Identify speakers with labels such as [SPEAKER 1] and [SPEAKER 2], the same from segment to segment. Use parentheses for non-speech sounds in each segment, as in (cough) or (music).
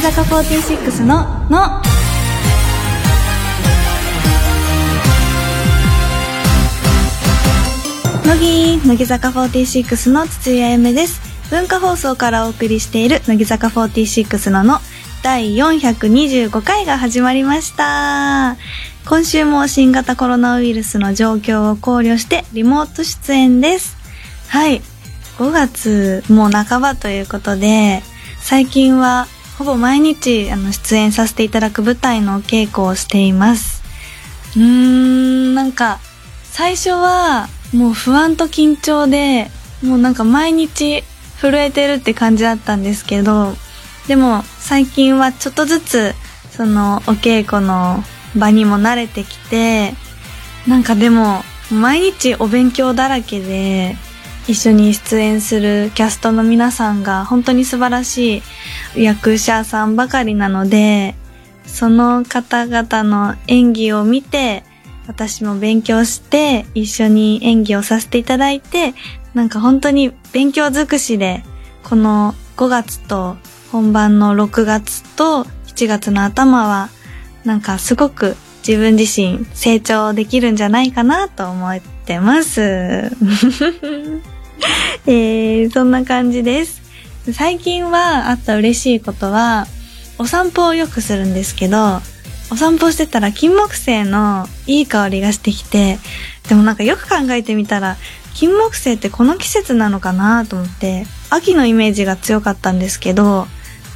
[SPEAKER 1] 坂46のの乃木乃木坂46の筒井あやめです文化放送からお送りしている乃木坂46のの第425回が始まりました今週も新型コロナウイルスの状況を考慮してリモート出演ですはい5月もう半ばということで最近はほぼ毎日あの出演させていただく舞台のお稽古をしていますうーんなんか最初はもう不安と緊張でもうなんか毎日震えてるって感じだったんですけどでも最近はちょっとずつそのお稽古の場にも慣れてきてなんかでも毎日お勉強だらけで一緒に出演するキャストの皆さんが本当に素晴らしい役者さんばかりなのでその方々の演技を見て私も勉強して一緒に演技をさせていただいてなんか本当に勉強尽くしでこの5月と本番の6月と7月の頭はなんかすごく自分自身成長できるんじゃないかなと思ってます。え (laughs) ー、そんな感じです。最近はあった嬉しいことは、お散歩をよくするんですけど、お散歩してたら金木犀のいい香りがしてきて、でもなんかよく考えてみたら、金木犀ってこの季節なのかなと思って、秋のイメージが強かったんですけど、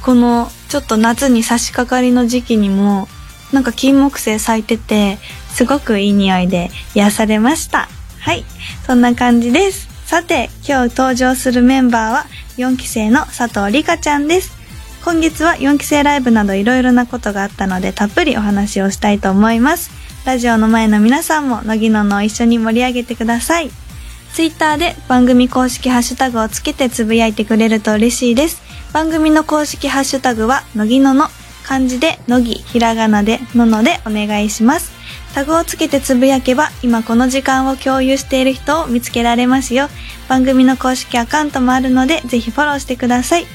[SPEAKER 1] このちょっと夏に差し掛かりの時期にも、なんか金木犀咲いてて、すごくいい匂いで癒されました。はい。そんな感じです。さて、今日登場するメンバーは、4期生の佐藤里香ちゃんです。今月は4期生ライブなどいろいろなことがあったので、たっぷりお話をしたいと思います。ラジオの前の皆さんも、乃木ののを一緒に盛り上げてください。ツイッターで番組公式ハッシュタグをつけてつぶやいてくれると嬉しいです。番組の公式ハッシュタグは、のぎのの、漢字でのぎ、ひらがなでののでお願いします。タグをつけてつぶやけば、今この時間を共有している人を見つけられますよ。番組の公式アカウントもあるので、ぜひフォローしてください。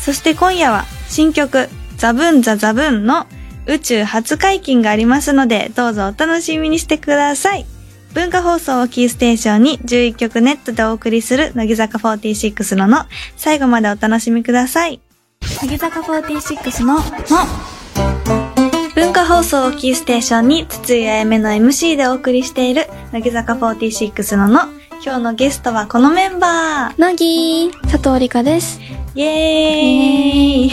[SPEAKER 1] そして今夜は、新曲、ザブンザザブンの宇宙初解禁がありますので、どうぞお楽しみにしてください。文化放送をキーステーションに11曲ネットでお送りする乃木坂46のの最後までお楽しみください乃木坂46のの文化放送をキーステーションに筒井あやめの MC でお送りしている乃木坂46のの今日のゲストはこのメンバー
[SPEAKER 2] 乃木佐藤理香です。
[SPEAKER 1] イエーイ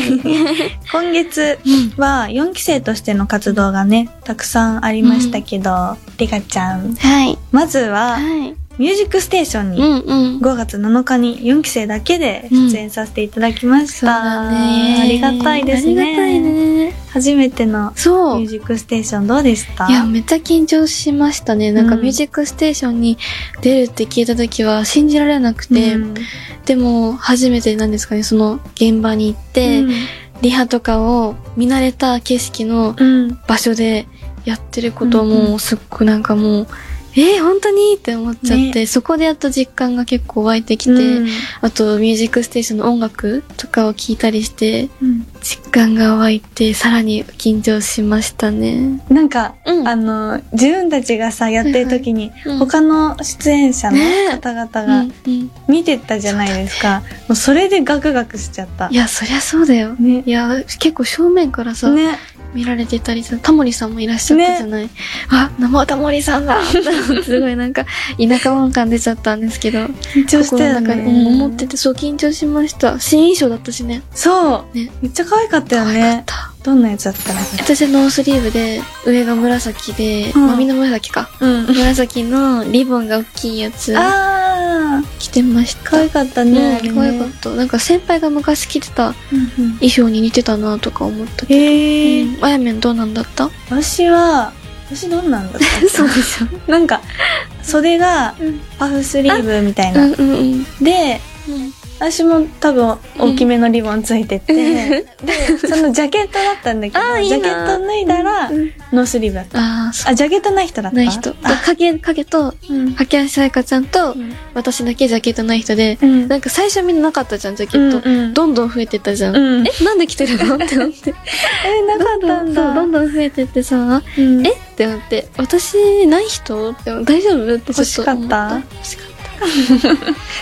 [SPEAKER 1] 今月は4期生としての活動がねたくさんありましたけど、リカちゃん
[SPEAKER 2] はい。
[SPEAKER 1] まずは、
[SPEAKER 2] はい。
[SPEAKER 1] ミュージックステーションに
[SPEAKER 2] うんうん。
[SPEAKER 1] 5月7日に4期生だけで出演させていただきました、ありがたいですね
[SPEAKER 2] ありがたいね。
[SPEAKER 1] 初めての
[SPEAKER 2] そう。
[SPEAKER 1] ミュー
[SPEAKER 2] い
[SPEAKER 1] ジックステーションどうでした
[SPEAKER 2] や、めっちゃ緊張しましたね。なんか、
[SPEAKER 1] うん
[SPEAKER 2] ミュージックステーションに出るって聞いた時は信じられなくて、
[SPEAKER 1] うん
[SPEAKER 2] でも、初めてなんですかね、その現場に行って、リハとかを見慣れた景色の
[SPEAKER 1] うんうん
[SPEAKER 2] 場所でやってること
[SPEAKER 1] うんう
[SPEAKER 2] も、すっごくなんかもう、えー、本当にって思っちゃって、そこでやっと実感が結構湧いてきて、
[SPEAKER 1] うん
[SPEAKER 2] あと、ミュージックステーションの音楽とかを聞いたりして、
[SPEAKER 1] うん
[SPEAKER 2] 実感が湧いて、さらに緊張しましたね。
[SPEAKER 1] なんか、
[SPEAKER 2] うん
[SPEAKER 1] あの自分たちがさやってる時に、
[SPEAKER 2] うん
[SPEAKER 1] 他の出演者の
[SPEAKER 2] ね
[SPEAKER 1] 方々
[SPEAKER 2] う
[SPEAKER 1] が
[SPEAKER 2] んうん
[SPEAKER 1] 見てたじゃないですか、もうそれでガクガクしちゃった
[SPEAKER 2] いや、そりゃそうだよ。
[SPEAKER 1] ね
[SPEAKER 2] いや、結構正面からさ、
[SPEAKER 1] ね
[SPEAKER 2] 見られてたりさ、タモリさんもいらっしゃったじゃない。あ、生タモリさん (laughs) だすごいなんか、田舎音感出ちゃったんですけど、
[SPEAKER 1] 緊張して
[SPEAKER 2] 心の
[SPEAKER 1] た
[SPEAKER 2] 中
[SPEAKER 1] ね
[SPEAKER 2] にうん思ってて、そう緊張しました。新衣装だったしね。
[SPEAKER 1] そう、
[SPEAKER 2] ね
[SPEAKER 1] めっちゃ可愛かったよ
[SPEAKER 2] 可愛かっ
[SPEAKER 1] ね
[SPEAKER 2] た。
[SPEAKER 1] どんなやつだったの
[SPEAKER 2] 私はノースリーブで、上が紫で、
[SPEAKER 1] うん
[SPEAKER 2] まあみんな紫か。
[SPEAKER 1] うん
[SPEAKER 2] 紫のリボンが大きいやつ
[SPEAKER 1] あー
[SPEAKER 2] 着てました。
[SPEAKER 1] 可愛かったね。
[SPEAKER 2] うん可愛かった。なんか先輩が昔着てた
[SPEAKER 1] うん
[SPEAKER 2] 衣装に似てたなとか思ったけど。
[SPEAKER 1] へえ、
[SPEAKER 2] うんあやめんどうなんだった
[SPEAKER 1] 私は、私どんなんだったっけ
[SPEAKER 2] うでしょ。 (laughs)
[SPEAKER 1] なんか、袖が
[SPEAKER 2] うん
[SPEAKER 1] パフスリーブみたいな。
[SPEAKER 2] うんうん
[SPEAKER 1] で、
[SPEAKER 2] うん。
[SPEAKER 1] 私も多分大きめのリボンついてて、でそのジャケットだったんだけど
[SPEAKER 2] あーいい
[SPEAKER 1] ジ
[SPEAKER 2] な
[SPEAKER 1] ャケット脱いだら
[SPEAKER 2] うん
[SPEAKER 1] ノースリーブだった
[SPEAKER 2] ああ、そ
[SPEAKER 1] あジャケットない人だっ
[SPEAKER 2] う。
[SPEAKER 1] た
[SPEAKER 2] ない人。
[SPEAKER 1] あ
[SPEAKER 2] 影、影と、
[SPEAKER 1] うん
[SPEAKER 2] 竹橋彩香ちゃんと
[SPEAKER 1] う、ん
[SPEAKER 2] 私だけジャケットない人で、
[SPEAKER 1] うん
[SPEAKER 2] なんか最初みんななかったじゃん、ジャケット。
[SPEAKER 1] うんうん
[SPEAKER 2] どんどん増えてったじゃん。
[SPEAKER 1] うん
[SPEAKER 2] え、なんで着てるのって思って。
[SPEAKER 1] えなかったん
[SPEAKER 2] そう、
[SPEAKER 1] だ
[SPEAKER 2] どんどん増えてってさ、
[SPEAKER 1] うん
[SPEAKER 2] えって思って、私、ない人って思って大丈夫ってちょっと。
[SPEAKER 1] 欲しかった
[SPEAKER 2] 欲しかっ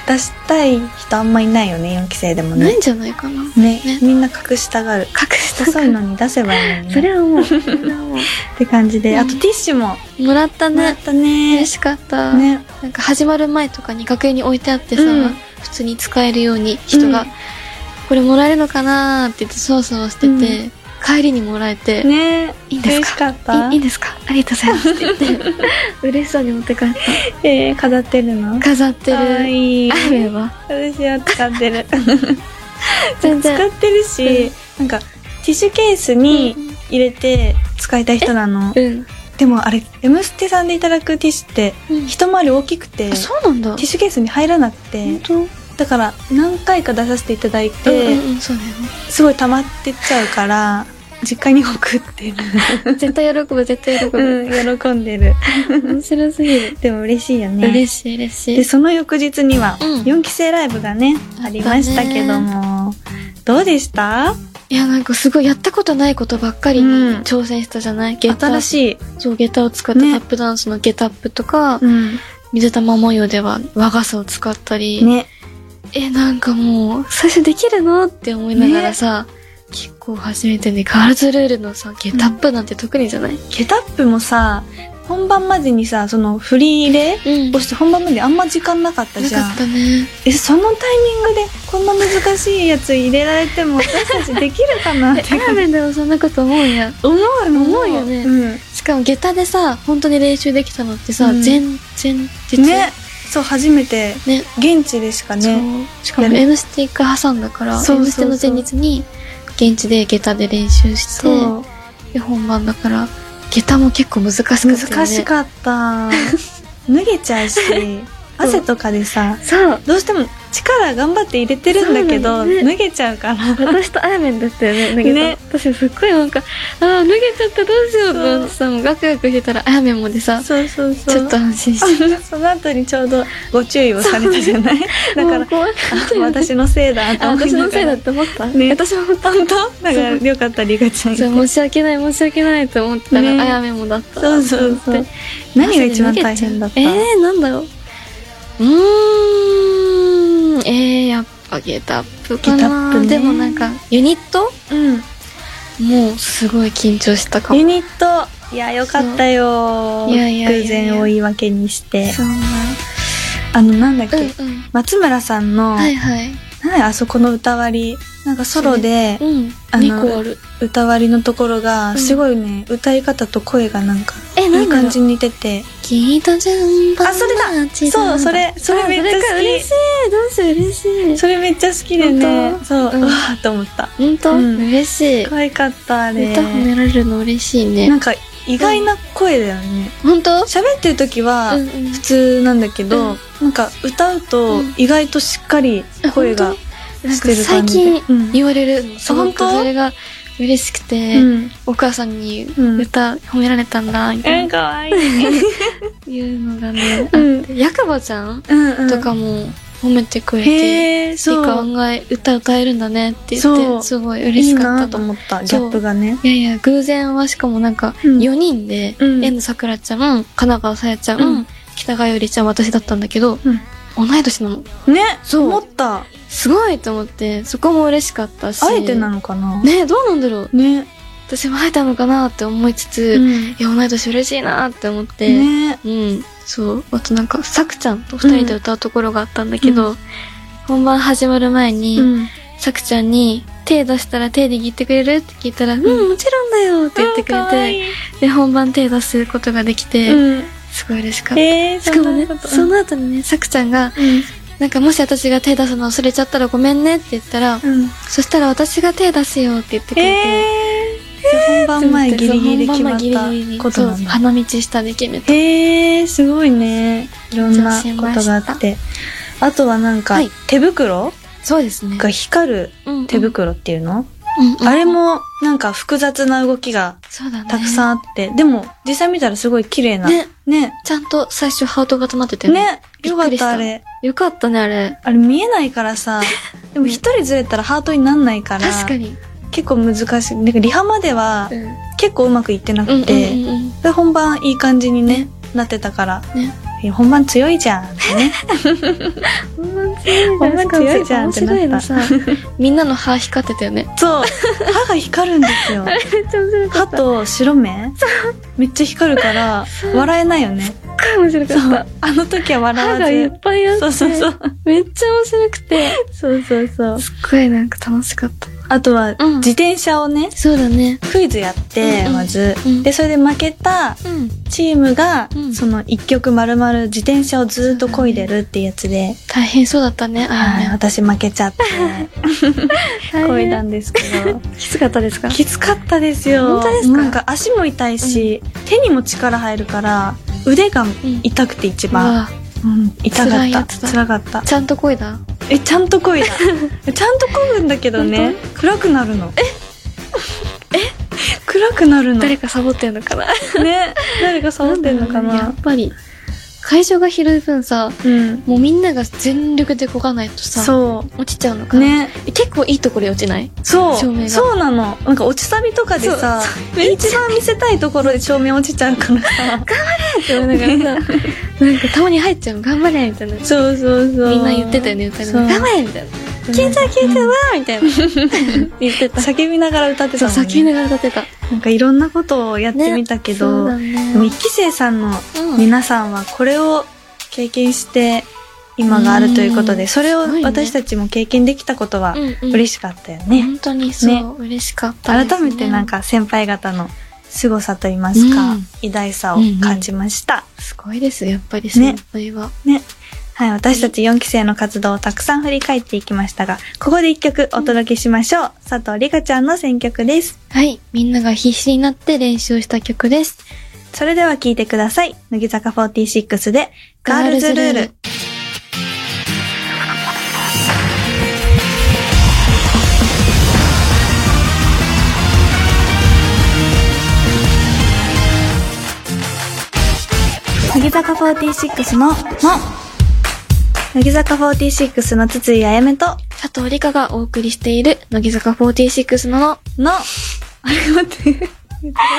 [SPEAKER 1] 出したい人あんまいないよね4期生でも
[SPEAKER 2] た。ない
[SPEAKER 1] ね
[SPEAKER 2] んじゃないかな。
[SPEAKER 1] ね
[SPEAKER 2] ね
[SPEAKER 1] みんな隠したがる
[SPEAKER 2] 隠した
[SPEAKER 1] 細いのに出せばいいのに
[SPEAKER 2] そ
[SPEAKER 1] ね
[SPEAKER 2] れはもう、それはも
[SPEAKER 1] って感じであとティッシュも
[SPEAKER 2] う。 (laughs) もらった
[SPEAKER 1] もらっ
[SPEAKER 2] ね。
[SPEAKER 1] たね
[SPEAKER 2] 嬉しかった。
[SPEAKER 1] ね
[SPEAKER 2] なんか始まる前とかに楽屋に置いてあってさ、
[SPEAKER 1] うん
[SPEAKER 2] 普通に使えるように人が、
[SPEAKER 1] うん
[SPEAKER 2] これもらえるのかなーって言ってそわそわしてて、
[SPEAKER 1] う
[SPEAKER 2] 帰りにもらえて、
[SPEAKER 1] ね
[SPEAKER 2] いいんですか
[SPEAKER 1] 嬉しかった
[SPEAKER 2] いいいんですかありがとうございます (laughs) って言って、嬉しそうに持って帰って、
[SPEAKER 1] えー飾ってるの
[SPEAKER 2] 飾ってる。
[SPEAKER 1] かわいい
[SPEAKER 2] あれは。
[SPEAKER 1] 私は使ってる
[SPEAKER 2] (laughs) 全然。
[SPEAKER 1] 使ってるし、なんかティッシュケースに入れて使いたい人なの、
[SPEAKER 2] うん。
[SPEAKER 1] でもあれ「M ステ」さんでいただくティッシュって
[SPEAKER 2] うん
[SPEAKER 1] 一回り大きくて
[SPEAKER 2] あ、
[SPEAKER 1] テ
[SPEAKER 2] そうなんだ。
[SPEAKER 1] ィッシュケースに入らなくて
[SPEAKER 2] 本当
[SPEAKER 1] だから何回か出させていただい
[SPEAKER 2] うん
[SPEAKER 1] て、
[SPEAKER 2] うんうん、そうだよね。
[SPEAKER 1] すごい溜まってっちゃうから実家に送ってる、
[SPEAKER 2] 絶対喜ぶ、絶対喜ぶ。
[SPEAKER 1] うん、喜んでる
[SPEAKER 2] 面白すぎる。
[SPEAKER 1] (laughs) でも嬉しいよね
[SPEAKER 2] 嬉しい、嬉し
[SPEAKER 1] で
[SPEAKER 2] い。
[SPEAKER 1] その翌日には
[SPEAKER 2] うん
[SPEAKER 1] 4期生ライブがね、
[SPEAKER 2] あったね
[SPEAKER 1] ありましたけどもどうでした
[SPEAKER 2] いや、なんかすごいやったことないことばっかりに
[SPEAKER 1] うん
[SPEAKER 2] 挑戦したじゃない、ゲッタ
[SPEAKER 1] 新しい、
[SPEAKER 2] そう、下駄を使ったタ
[SPEAKER 1] ね
[SPEAKER 2] ップダンスの下駄ップとか、
[SPEAKER 1] ん、
[SPEAKER 2] 水玉模様では和傘を使ったり、
[SPEAKER 1] ね
[SPEAKER 2] え、なんかもう、最初できるのって思いながらさ、結構初めてね、ガールズルールのさ、下駄ップなんて特にじゃない、
[SPEAKER 1] ケタップもさ本番までにさその振り入れ
[SPEAKER 2] うん
[SPEAKER 1] をして本番まであんま時間なかった
[SPEAKER 2] な
[SPEAKER 1] じゃん
[SPEAKER 2] かったね。
[SPEAKER 1] えそのタイミングでこんな難しいやつ入れられても私たちできるかなっ
[SPEAKER 2] (laughs) え
[SPEAKER 1] て
[SPEAKER 2] ラーメンでもそんなこと思うやん。
[SPEAKER 1] 思う
[SPEAKER 2] 思うよね
[SPEAKER 1] うん
[SPEAKER 2] しかも下駄でさ、本当に練習できたのってさ、
[SPEAKER 1] うん
[SPEAKER 2] 前、前日。
[SPEAKER 1] ね。そう初めて
[SPEAKER 2] ね。
[SPEAKER 1] 現地でしかね
[SPEAKER 2] そう。しかも M ステ一回挟んだから、
[SPEAKER 1] そうそうそう
[SPEAKER 2] M ステの前日に、現地で下駄で練習して、
[SPEAKER 1] そう
[SPEAKER 2] で本番だから下駄も結構難しかったよね
[SPEAKER 1] 難し
[SPEAKER 2] (laughs)
[SPEAKER 1] かった脱げちゃうし汗とかでさ
[SPEAKER 2] そう
[SPEAKER 1] どうしても力頑張って入れてるんだけ
[SPEAKER 2] そ
[SPEAKER 1] ど、
[SPEAKER 2] うなんだよね
[SPEAKER 1] 脱げちゃうから
[SPEAKER 2] 私とあやめんだったよね脱げた
[SPEAKER 1] ね
[SPEAKER 2] 私すっごいなんかあー脱げちゃったどうしようと思ってさもうガクガクしてたらあやめんもでさ
[SPEAKER 1] そうそうそう
[SPEAKER 2] ちょっと安心して (laughs)
[SPEAKER 1] その後にちょうどご注意をされたじゃないだか
[SPEAKER 2] も
[SPEAKER 1] ら
[SPEAKER 2] う怖い
[SPEAKER 1] あ私のせいだと
[SPEAKER 2] あ
[SPEAKER 1] 思い
[SPEAKER 2] 私
[SPEAKER 1] ながら
[SPEAKER 2] のせいだって思った、
[SPEAKER 1] ね
[SPEAKER 2] 私も思った
[SPEAKER 1] 本当だからよかったりがちゃん
[SPEAKER 2] そう申し訳ない申し訳ないと思ってたら、
[SPEAKER 1] ね
[SPEAKER 2] あやめんもだった
[SPEAKER 1] そうそうそう
[SPEAKER 2] と思って
[SPEAKER 1] 何が一番大変だった
[SPEAKER 2] えー、なんだろううーんえー、やっぱゲタップか
[SPEAKER 1] ゲタッ
[SPEAKER 2] な、
[SPEAKER 1] プね
[SPEAKER 2] でもなんかユニット
[SPEAKER 1] うん
[SPEAKER 2] もうすごい緊張したかも
[SPEAKER 1] ユニットいやよかった
[SPEAKER 2] そ
[SPEAKER 1] よ
[SPEAKER 2] ういやいやいやいや
[SPEAKER 1] 偶然を言い訳にして
[SPEAKER 2] そうな
[SPEAKER 1] あのなんだっけ、
[SPEAKER 2] うんうん
[SPEAKER 1] 松村さんの、
[SPEAKER 2] はいはい
[SPEAKER 1] なんだあそこの歌割りなんかソロで
[SPEAKER 2] うん
[SPEAKER 1] あの
[SPEAKER 2] 2個ある
[SPEAKER 1] 歌割りのところが
[SPEAKER 2] うん
[SPEAKER 1] すごいね、歌い方と声がなんか
[SPEAKER 2] え
[SPEAKER 1] い
[SPEAKER 2] ないんだろ
[SPEAKER 1] 感
[SPEAKER 2] う
[SPEAKER 1] じに似てて
[SPEAKER 2] 聞いた順番
[SPEAKER 1] あそれだ
[SPEAKER 2] だ
[SPEAKER 1] そうそれそれめっちゃ好き
[SPEAKER 2] 嬉しいどうしよう嬉しい
[SPEAKER 1] それめっちゃ好きでね
[SPEAKER 2] 本当
[SPEAKER 1] そう、う
[SPEAKER 2] うん
[SPEAKER 1] わーって思った
[SPEAKER 2] 本当、
[SPEAKER 1] うん
[SPEAKER 2] 嬉しい
[SPEAKER 1] 可愛かったあれ
[SPEAKER 2] 歌褒められるの嬉しい
[SPEAKER 1] な
[SPEAKER 2] ね
[SPEAKER 1] んか意外な声だよね
[SPEAKER 2] 本当
[SPEAKER 1] 喋、ってる時は
[SPEAKER 2] うんうん
[SPEAKER 1] 普通なんだけど、
[SPEAKER 2] うん
[SPEAKER 1] なんか歌うと
[SPEAKER 2] うん
[SPEAKER 1] 意外としっかり声
[SPEAKER 2] あ
[SPEAKER 1] が
[SPEAKER 2] 本当なん
[SPEAKER 1] し
[SPEAKER 2] か
[SPEAKER 1] てる
[SPEAKER 2] 最
[SPEAKER 1] 感じで
[SPEAKER 2] 近
[SPEAKER 1] うん
[SPEAKER 2] 言われるのすご
[SPEAKER 1] 本
[SPEAKER 2] く
[SPEAKER 1] 当
[SPEAKER 2] それが嬉しくて、
[SPEAKER 1] うん
[SPEAKER 2] お母さんに
[SPEAKER 1] うん
[SPEAKER 2] 歌褒められたんだみた
[SPEAKER 1] う
[SPEAKER 2] い
[SPEAKER 1] ん
[SPEAKER 2] な、
[SPEAKER 1] かわいい
[SPEAKER 2] いうのがね、
[SPEAKER 1] うん
[SPEAKER 2] あってヤカバちゃん、
[SPEAKER 1] うん、うん、
[SPEAKER 2] とかも褒めてくれて
[SPEAKER 1] へえ
[SPEAKER 2] てか
[SPEAKER 1] そう
[SPEAKER 2] 案外歌歌えるんだねって
[SPEAKER 1] そ
[SPEAKER 2] 言っ
[SPEAKER 1] う
[SPEAKER 2] てすごい嬉
[SPEAKER 1] い
[SPEAKER 2] し
[SPEAKER 1] い
[SPEAKER 2] か
[SPEAKER 1] な
[SPEAKER 2] った
[SPEAKER 1] と
[SPEAKER 2] の
[SPEAKER 1] 思ったギ
[SPEAKER 2] そ
[SPEAKER 1] ャ
[SPEAKER 2] う
[SPEAKER 1] ップがね
[SPEAKER 2] いやいや偶然はしかもなんか
[SPEAKER 1] うん
[SPEAKER 2] 4人で、
[SPEAKER 1] うん
[SPEAKER 2] 遠藤さくらちゃん神奈川さやちゃん、
[SPEAKER 1] うん
[SPEAKER 2] 北川よりちゃん私だったんだけど同い年なの
[SPEAKER 1] ね
[SPEAKER 2] そう
[SPEAKER 1] 思った
[SPEAKER 2] すごいと思ってそこも嬉しかったし
[SPEAKER 1] あえてなのかな
[SPEAKER 2] ねどうなんだろう
[SPEAKER 1] ね
[SPEAKER 2] 私も会えたのかなって思いつつ、
[SPEAKER 1] う
[SPEAKER 2] い
[SPEAKER 1] ん
[SPEAKER 2] や同い年嬉しいなって思って、
[SPEAKER 1] ね
[SPEAKER 2] うんそうあとなんかさくちゃんと二人で歌うところがあったんだけど、本番始まる前に、
[SPEAKER 1] うん
[SPEAKER 2] さくちゃんに手出したら手握ってくれるって聞いたら、うん、もちろんだよって言ってくれ
[SPEAKER 1] うんかわ
[SPEAKER 2] て、
[SPEAKER 1] いい
[SPEAKER 2] で、本番手出すことができて、
[SPEAKER 1] うん
[SPEAKER 2] すごい嬉しかった。
[SPEAKER 1] えー
[SPEAKER 2] しかもね
[SPEAKER 1] そんなこ、と
[SPEAKER 2] その後にね、さくちゃんが、なんかもし私が手出すの忘れちゃったらごめんねって言ったら、
[SPEAKER 1] うん
[SPEAKER 2] そしたら私が手出すよって言ってくれて、
[SPEAKER 1] えー、本番前ギリギリ決まったこと
[SPEAKER 2] そう
[SPEAKER 1] なんだ。
[SPEAKER 2] 花道下で決めた。
[SPEAKER 1] へえー、すごいね。いろんなことがあって。あとはなんか、
[SPEAKER 2] はい
[SPEAKER 1] 手袋
[SPEAKER 2] そうですね。
[SPEAKER 1] が光る手袋っていうの、あれ
[SPEAKER 2] も
[SPEAKER 1] もなんか複雑な動きが
[SPEAKER 2] そうだね。
[SPEAKER 1] たくさんあって、でも実際見たらすごい綺麗な。
[SPEAKER 2] ね、
[SPEAKER 1] ね。
[SPEAKER 2] ちゃんと最初ハートが止まってて。
[SPEAKER 1] ね。
[SPEAKER 2] びっ
[SPEAKER 1] よか
[SPEAKER 2] く
[SPEAKER 1] っ
[SPEAKER 2] りした
[SPEAKER 1] た、あれ。
[SPEAKER 2] よかったね、あれ。
[SPEAKER 1] あれ見えないから
[SPEAKER 2] (laughs)
[SPEAKER 1] さ、でも一人ずれたらハートになんないから、
[SPEAKER 2] 確かに。
[SPEAKER 1] 結構難しい。なんかリハまでは
[SPEAKER 2] うん。
[SPEAKER 1] 結構うまくいってな
[SPEAKER 2] うん
[SPEAKER 1] くて、
[SPEAKER 2] うんうん
[SPEAKER 1] で本番いい感じにね、なってたから、
[SPEAKER 2] ね
[SPEAKER 1] いや本番強いじゃんっ
[SPEAKER 2] (laughs)
[SPEAKER 1] てね。
[SPEAKER 2] ほんま強い
[SPEAKER 1] ほんま強いじゃん
[SPEAKER 2] 面白いの
[SPEAKER 1] って
[SPEAKER 2] さ、 (laughs) みんなの歯光ってたよね。
[SPEAKER 1] そう。歯が光るんで
[SPEAKER 2] (laughs)
[SPEAKER 1] すよ。
[SPEAKER 2] めっちゃ面白
[SPEAKER 1] 歯と白目めっちゃ光るから、笑えないよね。
[SPEAKER 2] 歯面白
[SPEAKER 1] そ
[SPEAKER 2] かった
[SPEAKER 1] う。。あの時は笑
[SPEAKER 2] 歯
[SPEAKER 1] わ
[SPEAKER 2] がいっ
[SPEAKER 1] ず。
[SPEAKER 2] ぱいあって。
[SPEAKER 1] そうそうそう。
[SPEAKER 2] めっちゃ面白くて。
[SPEAKER 1] そうそうそう。
[SPEAKER 2] すっごいなんか楽しかった。
[SPEAKER 1] あとは、
[SPEAKER 2] うん
[SPEAKER 1] 自転車をね、
[SPEAKER 2] そうだね。
[SPEAKER 1] クイズやって、
[SPEAKER 2] うんうん
[SPEAKER 1] まず、
[SPEAKER 2] うん
[SPEAKER 1] で、それで負けた
[SPEAKER 2] うん。
[SPEAKER 1] チームが、
[SPEAKER 2] うん
[SPEAKER 1] その一曲丸々自転車をずっと漕いでるってやつで、
[SPEAKER 2] 大変そうだったね。あ
[SPEAKER 1] はい、
[SPEAKER 2] れね
[SPEAKER 1] 私負けちゃって、
[SPEAKER 2] (laughs) 大
[SPEAKER 1] 漕いだ
[SPEAKER 2] 変
[SPEAKER 1] んですけど、
[SPEAKER 2] きつかったですか
[SPEAKER 1] きつかったです
[SPEAKER 2] 本
[SPEAKER 1] よ。
[SPEAKER 2] 当ですか
[SPEAKER 1] なんか足も痛いし、手にも力入るから、腕が痛くて一
[SPEAKER 2] う
[SPEAKER 1] 番、
[SPEAKER 2] わ
[SPEAKER 1] うん痛か
[SPEAKER 2] 辛い
[SPEAKER 1] っ
[SPEAKER 2] や
[SPEAKER 1] た。
[SPEAKER 2] つだ
[SPEAKER 1] 辛かった。
[SPEAKER 2] ちゃんと声だ。
[SPEAKER 1] え、ちゃんと漕い
[SPEAKER 2] (laughs)
[SPEAKER 1] だ。えちゃんと漕ぐんだけどね、暗くなるの。え (laughs) え暗くなるの。
[SPEAKER 2] 誰かサボってんのかな
[SPEAKER 1] ね、誰かサボってんのか
[SPEAKER 2] や
[SPEAKER 1] な
[SPEAKER 2] っ。ぱり。会場が広い分さ、
[SPEAKER 1] うん。
[SPEAKER 2] もうみんなが全力でこがないとさ、
[SPEAKER 1] そ
[SPEAKER 2] 落ちちゃうの
[SPEAKER 1] う。
[SPEAKER 2] かな。
[SPEAKER 1] ね。
[SPEAKER 2] 結構いいところに落ちない
[SPEAKER 1] そ
[SPEAKER 2] 照明
[SPEAKER 1] う。
[SPEAKER 2] が
[SPEAKER 1] そうなの。なんか落ちサビとかでさ、 (laughs) 一番見せたいところで照明落ちちゃうからさ。
[SPEAKER 2] って思いながらさ、なんかたまに入っちゃう頑張れみたいな。
[SPEAKER 1] そうそうそう。
[SPEAKER 2] みんな言ってたよね、歌いな
[SPEAKER 1] そう
[SPEAKER 2] がら。頑張れみたいな。消えちゃう消えちゃうわーみたいな。言ってた。
[SPEAKER 1] 叫びながら歌って
[SPEAKER 2] そ
[SPEAKER 1] た
[SPEAKER 2] う、
[SPEAKER 1] もん
[SPEAKER 2] 叫び
[SPEAKER 1] ね。
[SPEAKER 2] ながら歌ってた。
[SPEAKER 1] なんかいろんなことをやってみたけ
[SPEAKER 2] そう
[SPEAKER 1] ど、
[SPEAKER 2] だね
[SPEAKER 1] でも一期生さんの
[SPEAKER 2] うん
[SPEAKER 1] 皆さんはこれを経験して今があるということ
[SPEAKER 2] う
[SPEAKER 1] で、
[SPEAKER 2] ん
[SPEAKER 1] それ
[SPEAKER 2] す
[SPEAKER 1] を
[SPEAKER 2] ごいね
[SPEAKER 1] 私たちも経験できたことは
[SPEAKER 2] うんうん
[SPEAKER 1] 嬉しかったよね。
[SPEAKER 2] 本当にそう、
[SPEAKER 1] ね
[SPEAKER 2] 嬉しかったです、
[SPEAKER 1] 改めてなん、か先輩方の凄さと言いますか、
[SPEAKER 2] うん
[SPEAKER 1] 偉大さを感じました。
[SPEAKER 2] すごいですよ、やっぱり先輩は。
[SPEAKER 1] はい、私たち4期生の活動をたくさん振り返っていきましたが、ここで1曲お届けしましょう。佐藤里香ちゃんの選曲です。
[SPEAKER 2] はい、みんなが必死になって練習した曲です。
[SPEAKER 1] それでは聴いてください。乃木坂46で、ガールズルール。。乃木坂46の、の。乃木坂46の筒井あやめと、
[SPEAKER 2] 佐藤理香がお送りしている、乃木坂46のの、
[SPEAKER 1] の。あれ待 (laughs) って。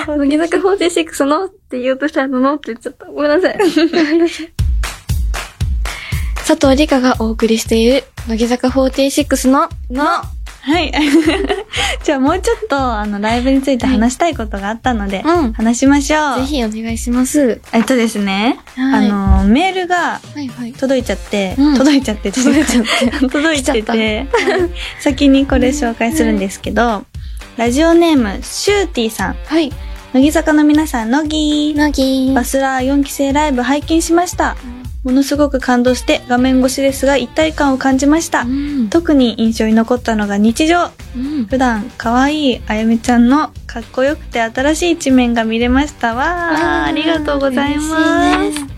[SPEAKER 2] 乃木坂46のって言おうとしたらののって言っちゃった。ごめんなさい。 (laughs) 佐藤理香がお送りしている、乃木坂46のの、
[SPEAKER 1] はい。 (laughs) じゃあもうちょっと、あの、ライブについて話したいことがあったので、
[SPEAKER 2] うん
[SPEAKER 1] 話しましょう。
[SPEAKER 2] ぜ。ひお願いします。
[SPEAKER 1] えっとですね、
[SPEAKER 2] はい
[SPEAKER 1] あの、メール
[SPEAKER 2] は
[SPEAKER 1] が
[SPEAKER 2] いはい。
[SPEAKER 1] 届いちゃって、
[SPEAKER 2] うん
[SPEAKER 1] 届いちゃって、
[SPEAKER 2] (laughs) 届いちゃって
[SPEAKER 1] 届いて、
[SPEAKER 2] 来ちゃって
[SPEAKER 1] (laughs) はい先にこれ紹介するんですけど、ラジオネーム、シューティーさん。
[SPEAKER 2] はい。
[SPEAKER 1] 乃木坂の皆さん、乃木
[SPEAKER 2] なぎー。
[SPEAKER 1] バスラー4期生ライブ拝見しました。ものすごく感動して、画面越しですが一体感を感じました
[SPEAKER 2] う。ん。
[SPEAKER 1] 特に印象に残ったのが日常。
[SPEAKER 2] うん
[SPEAKER 1] 普段可愛いあやめちゃんのかっこよくて新しい一面が見れましたわあありがとうございます、
[SPEAKER 2] 嬉しいね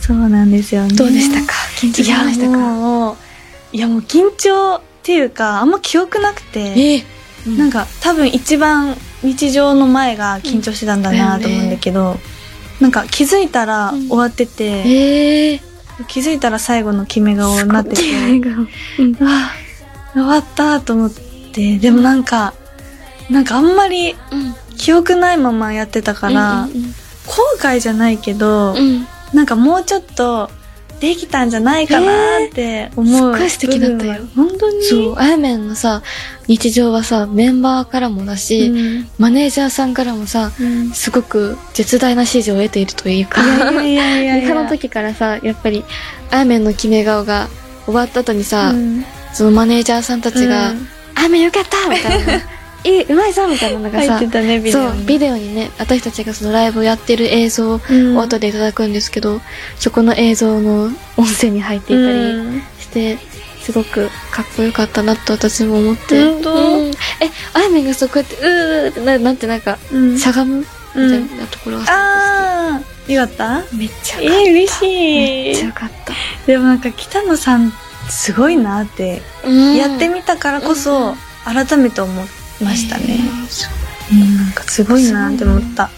[SPEAKER 1] そうなんですよね
[SPEAKER 2] どうでしたか緊張
[SPEAKER 1] い
[SPEAKER 2] しました
[SPEAKER 1] や
[SPEAKER 2] か
[SPEAKER 1] もういやもう緊張っていうかあんま記憶なくて
[SPEAKER 2] ええうん
[SPEAKER 1] なんか多分一番日常の前が緊張してたんだなと思うんだけど、なんか気づいたら
[SPEAKER 2] うん
[SPEAKER 1] 終わってて、
[SPEAKER 2] ええ
[SPEAKER 1] 気づいたら最後の決め顔になってて
[SPEAKER 2] うん
[SPEAKER 1] うわ終わったと思ってでもなんかなんかあんまり
[SPEAKER 2] うん
[SPEAKER 1] 記憶ないままやってたから、
[SPEAKER 2] うん
[SPEAKER 1] 後悔じゃないけど、
[SPEAKER 2] うん
[SPEAKER 1] なんかもうちょっとできたんじゃないかなって思う、
[SPEAKER 2] えーすっごい素敵だったよ
[SPEAKER 1] 部分は本当に
[SPEAKER 2] そうあやめんのさ日常はさメンバーからもだし、
[SPEAKER 1] うん
[SPEAKER 2] マネージャーさんからもさ
[SPEAKER 1] うんい
[SPEAKER 2] すごく絶大な支持を得ているというか
[SPEAKER 1] やいやいやいや
[SPEAKER 2] その時からさやっぱりあやめんの決め顔が終わった後にさ、
[SPEAKER 1] うん
[SPEAKER 2] そのマネージャーさんたちが「
[SPEAKER 1] うん
[SPEAKER 2] あやめんよかった!」みたい
[SPEAKER 1] (laughs)
[SPEAKER 2] な「いいうまいぞ!」みたいなのが
[SPEAKER 1] 入っ
[SPEAKER 2] さ
[SPEAKER 1] てたねビデオ
[SPEAKER 2] そう
[SPEAKER 1] に
[SPEAKER 2] ビデオにね私たちがそのライブをやってる映像を
[SPEAKER 1] うん
[SPEAKER 2] 後でいただくんですけど、そこの映像の音声に入っていたり
[SPEAKER 1] うん
[SPEAKER 2] して、すごくかっこよかったなと私も思って、
[SPEAKER 1] 本当
[SPEAKER 2] うんえあやめんがそうこうやってうーってななんてなんか
[SPEAKER 1] うん
[SPEAKER 2] しゃがむみた
[SPEAKER 1] う
[SPEAKER 2] い
[SPEAKER 1] ん
[SPEAKER 2] なところが、
[SPEAKER 1] ああよかった
[SPEAKER 2] めっちゃ
[SPEAKER 1] え
[SPEAKER 2] よ
[SPEAKER 1] ー
[SPEAKER 2] かった
[SPEAKER 1] 嬉
[SPEAKER 2] めっ
[SPEAKER 1] し
[SPEAKER 2] ちゃ
[SPEAKER 1] い
[SPEAKER 2] よかった
[SPEAKER 1] でもなんか北野さんすごいなって、
[SPEAKER 2] うん
[SPEAKER 1] やってみたからこ
[SPEAKER 2] うんう
[SPEAKER 1] そ
[SPEAKER 2] ん
[SPEAKER 1] 改めて思いましたね、
[SPEAKER 2] えーそう
[SPEAKER 1] うんなんかすごいなって思った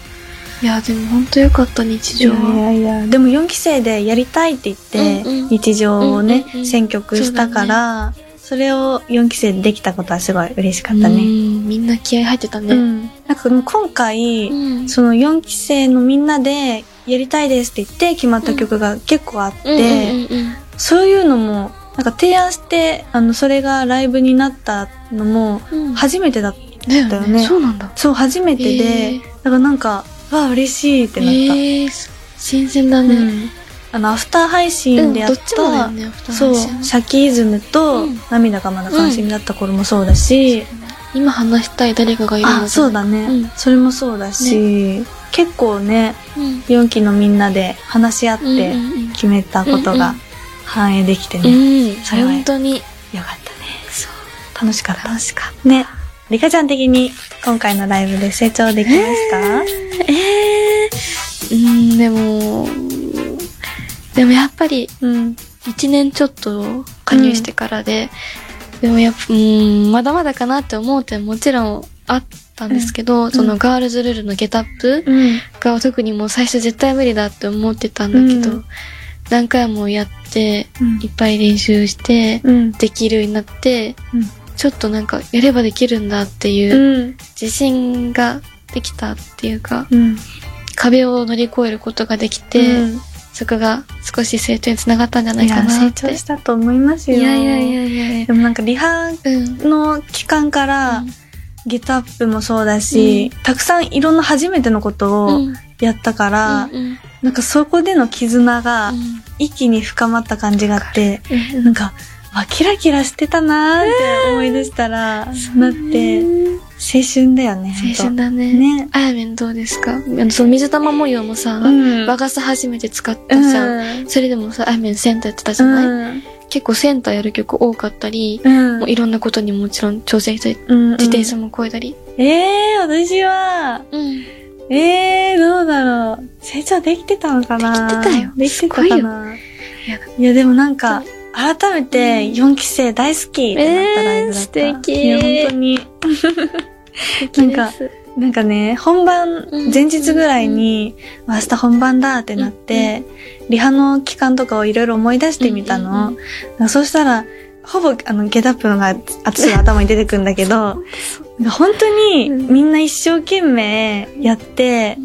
[SPEAKER 2] いや、でも本当良かった、日
[SPEAKER 1] いや
[SPEAKER 2] 常
[SPEAKER 1] い
[SPEAKER 2] は。
[SPEAKER 1] やいやでも4期生でやりたいって言って、
[SPEAKER 2] うんうん
[SPEAKER 1] 日常をね、
[SPEAKER 2] うんうんうん
[SPEAKER 1] 選曲したからそ,、れを4期生でできたことはすごい嬉しかった
[SPEAKER 2] う
[SPEAKER 1] ね、
[SPEAKER 2] んみんな気合入ってた
[SPEAKER 1] う
[SPEAKER 2] ね。
[SPEAKER 1] んなんかもう今回、
[SPEAKER 2] うん
[SPEAKER 1] その4期生のみんなでやりたいですって言って決まった曲が結構あって、
[SPEAKER 2] うんうんうんうん
[SPEAKER 1] そういうのもなんか提案してあのそれがライブになったのも
[SPEAKER 2] うん
[SPEAKER 1] 初めてだった、
[SPEAKER 2] だよ
[SPEAKER 1] だよ
[SPEAKER 2] ね
[SPEAKER 1] ね
[SPEAKER 2] そうなんだ。
[SPEAKER 1] そう初めてで、
[SPEAKER 2] へー
[SPEAKER 1] だからなんかわあ嬉しいってなった、
[SPEAKER 2] えー、そう新鮮だ
[SPEAKER 1] う
[SPEAKER 2] ね。
[SPEAKER 1] ん、あのアフター配
[SPEAKER 2] う
[SPEAKER 1] 信
[SPEAKER 2] ん
[SPEAKER 1] でや
[SPEAKER 2] ど
[SPEAKER 1] っ
[SPEAKER 2] っちもだ
[SPEAKER 1] た、
[SPEAKER 2] よね、二人
[SPEAKER 1] そう
[SPEAKER 2] の
[SPEAKER 1] シ
[SPEAKER 2] 話
[SPEAKER 1] ャキイズムと、
[SPEAKER 2] うん
[SPEAKER 1] 涙がまだ関心だった頃もそうだし、
[SPEAKER 2] 今話したい誰かがいるの
[SPEAKER 1] あそうだね、
[SPEAKER 2] うん
[SPEAKER 1] それもそうだし、結構ね
[SPEAKER 2] うん
[SPEAKER 1] 4期のみんなで話し合っ
[SPEAKER 2] うんう
[SPEAKER 1] て
[SPEAKER 2] んうん
[SPEAKER 1] 決めたこと
[SPEAKER 2] う
[SPEAKER 1] が
[SPEAKER 2] ん
[SPEAKER 1] 反映できてね、
[SPEAKER 2] うん、それ本当に。
[SPEAKER 1] よかったね
[SPEAKER 2] そう。
[SPEAKER 1] 楽しかった楽しかったねリカちゃん的に今回のライブで成長できました、
[SPEAKER 2] えー、うん、でも、でもやっぱり、
[SPEAKER 1] うん
[SPEAKER 2] 一年ちょっと加入してからで、でもやっぱ、うん、まだまだかなって思う点もちろんあったんですけど、そのガールズルールのゲタップ
[SPEAKER 1] うん
[SPEAKER 2] が特にもう最初絶対無理だって思ってたんだけど、
[SPEAKER 1] うん
[SPEAKER 2] 何回もやって、
[SPEAKER 1] うん
[SPEAKER 2] いっぱい練習して、
[SPEAKER 1] うん
[SPEAKER 2] できるようになって、
[SPEAKER 1] うん
[SPEAKER 2] ちょっとなんかやればできるんだっていううん自信ができたっていうか、
[SPEAKER 1] うん
[SPEAKER 2] 壁を乗り越えることができて、そこが少し成長につながったんじゃないいか
[SPEAKER 1] や
[SPEAKER 2] な
[SPEAKER 1] 成
[SPEAKER 2] って。
[SPEAKER 1] 長したと思いますよ
[SPEAKER 2] いやいやいやいやい
[SPEAKER 1] でもなんかリハ
[SPEAKER 2] や。うん。
[SPEAKER 1] の期間から、
[SPEAKER 2] うん
[SPEAKER 1] ゲタップもそうだし、たくさんいろんな初めてのことを
[SPEAKER 2] うん
[SPEAKER 1] やったから、
[SPEAKER 2] うんうん
[SPEAKER 1] なんかそこでの絆が一気に深まった感じがあって、
[SPEAKER 2] うん
[SPEAKER 1] なんか、わ、キラキラしてたなーって思い出したら、なって、青春だよね、ほんと
[SPEAKER 2] 青春だね。
[SPEAKER 1] ね
[SPEAKER 2] あやめんどうですかあのその水玉模様もさ、
[SPEAKER 1] うん。
[SPEAKER 2] 和傘初めて使ったじゃん。
[SPEAKER 1] うん
[SPEAKER 2] それでもさ、あやめんセンターやってたじゃない、結構センターやる曲多かったり、
[SPEAKER 1] うん。
[SPEAKER 2] もういろんなことにもちろん挑戦したり、
[SPEAKER 1] うん
[SPEAKER 2] 自転車も超えたり。
[SPEAKER 1] うんえー、私は、
[SPEAKER 2] うん。
[SPEAKER 1] えー、どうだろう。成長できてたのかな
[SPEAKER 2] できてたよ
[SPEAKER 1] できてた
[SPEAKER 2] すご
[SPEAKER 1] か
[SPEAKER 2] い
[SPEAKER 1] ない
[SPEAKER 2] や
[SPEAKER 1] いや、でもなんか、改めて4期生大好きってなったライブだった。
[SPEAKER 2] えー素敵
[SPEAKER 1] いや、本当に。なんかなんかね、本番
[SPEAKER 2] うん、
[SPEAKER 1] 前日ぐらいに、明日本番だってなって、リハの期間とかをいろいろ思い出してみたの。
[SPEAKER 2] うんうん
[SPEAKER 1] なんかそうしたら、ほぼ、あの、ゲタップのが、私の頭に出てくるんだけど、なんか本当に、
[SPEAKER 2] うん
[SPEAKER 1] みんな一生懸命やって、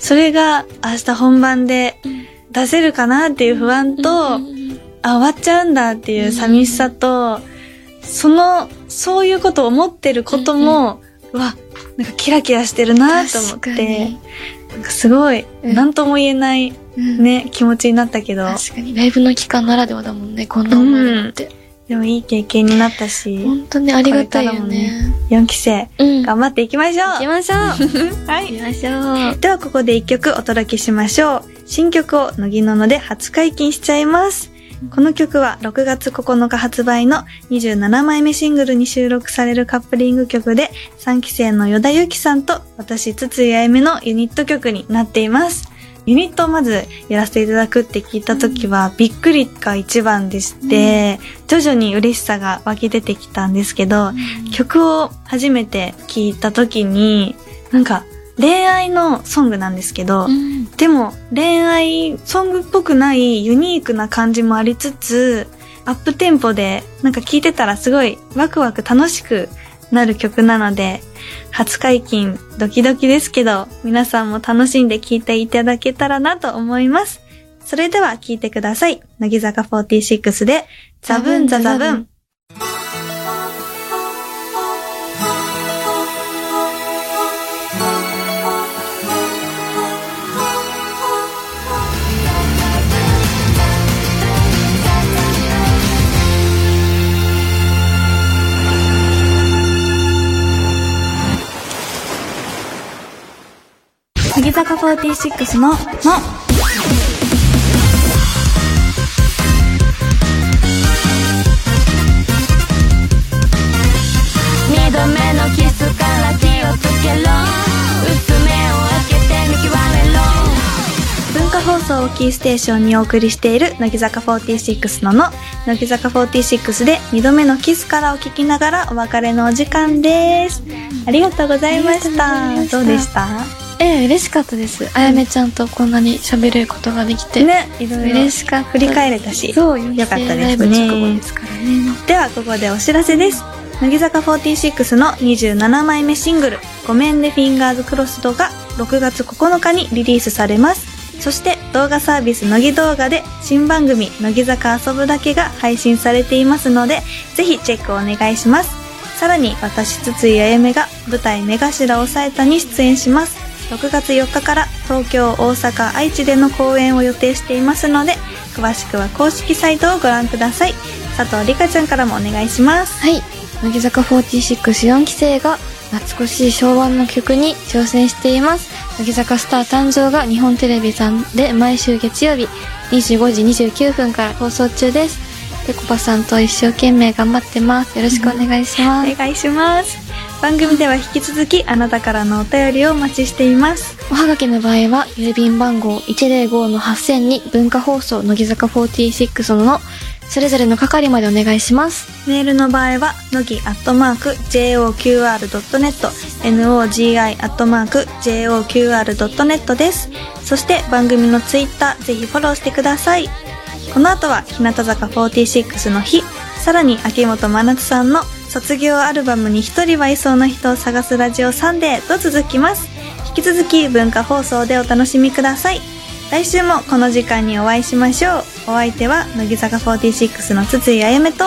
[SPEAKER 1] それが明日本番で
[SPEAKER 2] うん
[SPEAKER 1] 出せるかなっていう不安と、
[SPEAKER 2] うんうんうん
[SPEAKER 1] あ、終わっちゃうんだっていう寂しさと、その、そういうことを思ってることも、うわ、なんかキラキラしてるなと思っ
[SPEAKER 2] 確か
[SPEAKER 1] て
[SPEAKER 2] に、
[SPEAKER 1] なんかすごい、
[SPEAKER 2] うん
[SPEAKER 1] なんとも言えない
[SPEAKER 2] うん
[SPEAKER 1] ね、気持ちになったけど、
[SPEAKER 2] 確かにライブの期間ならではだもんねこんな思いなんて、
[SPEAKER 1] でもいい経験になったし、
[SPEAKER 2] 本当にありがたいよね
[SPEAKER 1] 4期生、
[SPEAKER 2] うん
[SPEAKER 1] 頑張っていきましょう
[SPEAKER 2] 行きましょう
[SPEAKER 1] はい
[SPEAKER 2] 行きましょう
[SPEAKER 1] ではここで一曲お届けしましょう。新曲を乃木のので初解禁しちゃいます。この曲は6月9日発売の27枚目シングルに収録されるカップリング曲で3期生の与田祐希さんと私筒井あゆめのユニット曲になっています。ユニットをまずやらせていただくって聞いた時はびっくりが一番でして、徐々に嬉しさが湧き出てきたんですけど、曲を初めて聴いた時になんか恋愛のソングなんですけど、
[SPEAKER 2] うん
[SPEAKER 1] でも恋愛ソングっぽくないユニークな感じもありつつアップテンポでなんか聴いてたらすごいワクワク楽しくなる曲なので初解禁ドキドキですけど皆さんも楽しんで聴いていただけたらなと思いますそれでは聴いてください乃木坂46でザブンザザブン乃木坂46の、の。
[SPEAKER 3] 二度目のキスから気をつけろ薄目を開けて見極めろ
[SPEAKER 1] 文化放送を聞キーステーションにお送りしている乃木坂46のの乃木坂46で2度目のキスからお聞きながらお別れのお時間ですありがとうございました
[SPEAKER 2] ありがと
[SPEAKER 1] ど
[SPEAKER 2] う
[SPEAKER 1] う
[SPEAKER 2] ござい
[SPEAKER 1] で
[SPEAKER 2] ま
[SPEAKER 1] し
[SPEAKER 2] したええ、嬉しかったです。あやめちゃんとこんなに喋ることができて。
[SPEAKER 1] ねいろいろ
[SPEAKER 2] 嬉しかった。
[SPEAKER 1] 振り返れたし
[SPEAKER 2] そう、
[SPEAKER 1] よかったですね
[SPEAKER 2] ライブ直後ですからね。
[SPEAKER 1] ではここでお知らせです乃木坂46の27枚目シングル「ごめんねフィンガーズクロスド」が6月9日にリリースされますそして動画サービス乃木動画で新番組「乃木坂遊ぶだけ」が配信されていますのでぜひチェックお願いしますさらに私筒井あやめが舞台「目頭を抑えた」に出演します6月4日から東京大阪愛知での公演を予定していますので詳しくは公式サイトをご覧ください佐藤里香ちゃんからもお願いします
[SPEAKER 2] はい。乃木坂464期生が懐かしい昭和の曲に挑戦しています。乃木坂スター誕生が日本テレビさんで毎週月曜日25時29分から放送中です。ぺこぱさんと一生懸命頑張ってます。よろしくお願いします。
[SPEAKER 1] お願いします番組では引き続きあなたからのお便りをお待ちしています
[SPEAKER 2] おはがきの場合は、郵便番号105の8000に文化放送乃木坂46のの、それぞれの係までお願いします。
[SPEAKER 1] メールの場合は乃木アットマーク JOQR.net NOGI アットマーク JOQR.net ですそして番組のツイッターぜひフォローしてくださいこの後は日向坂46の日さらに秋元真夏さんの卒業アルバムに一人はいそうな人を探すラジオサンデーと続きます引き続き文化放送でお楽しみください来週もこの時間にお会いしましょうお相手は乃木坂46の筒井あやめと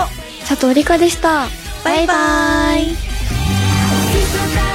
[SPEAKER 2] 佐藤理香でした。
[SPEAKER 1] バイバイ
[SPEAKER 3] キスから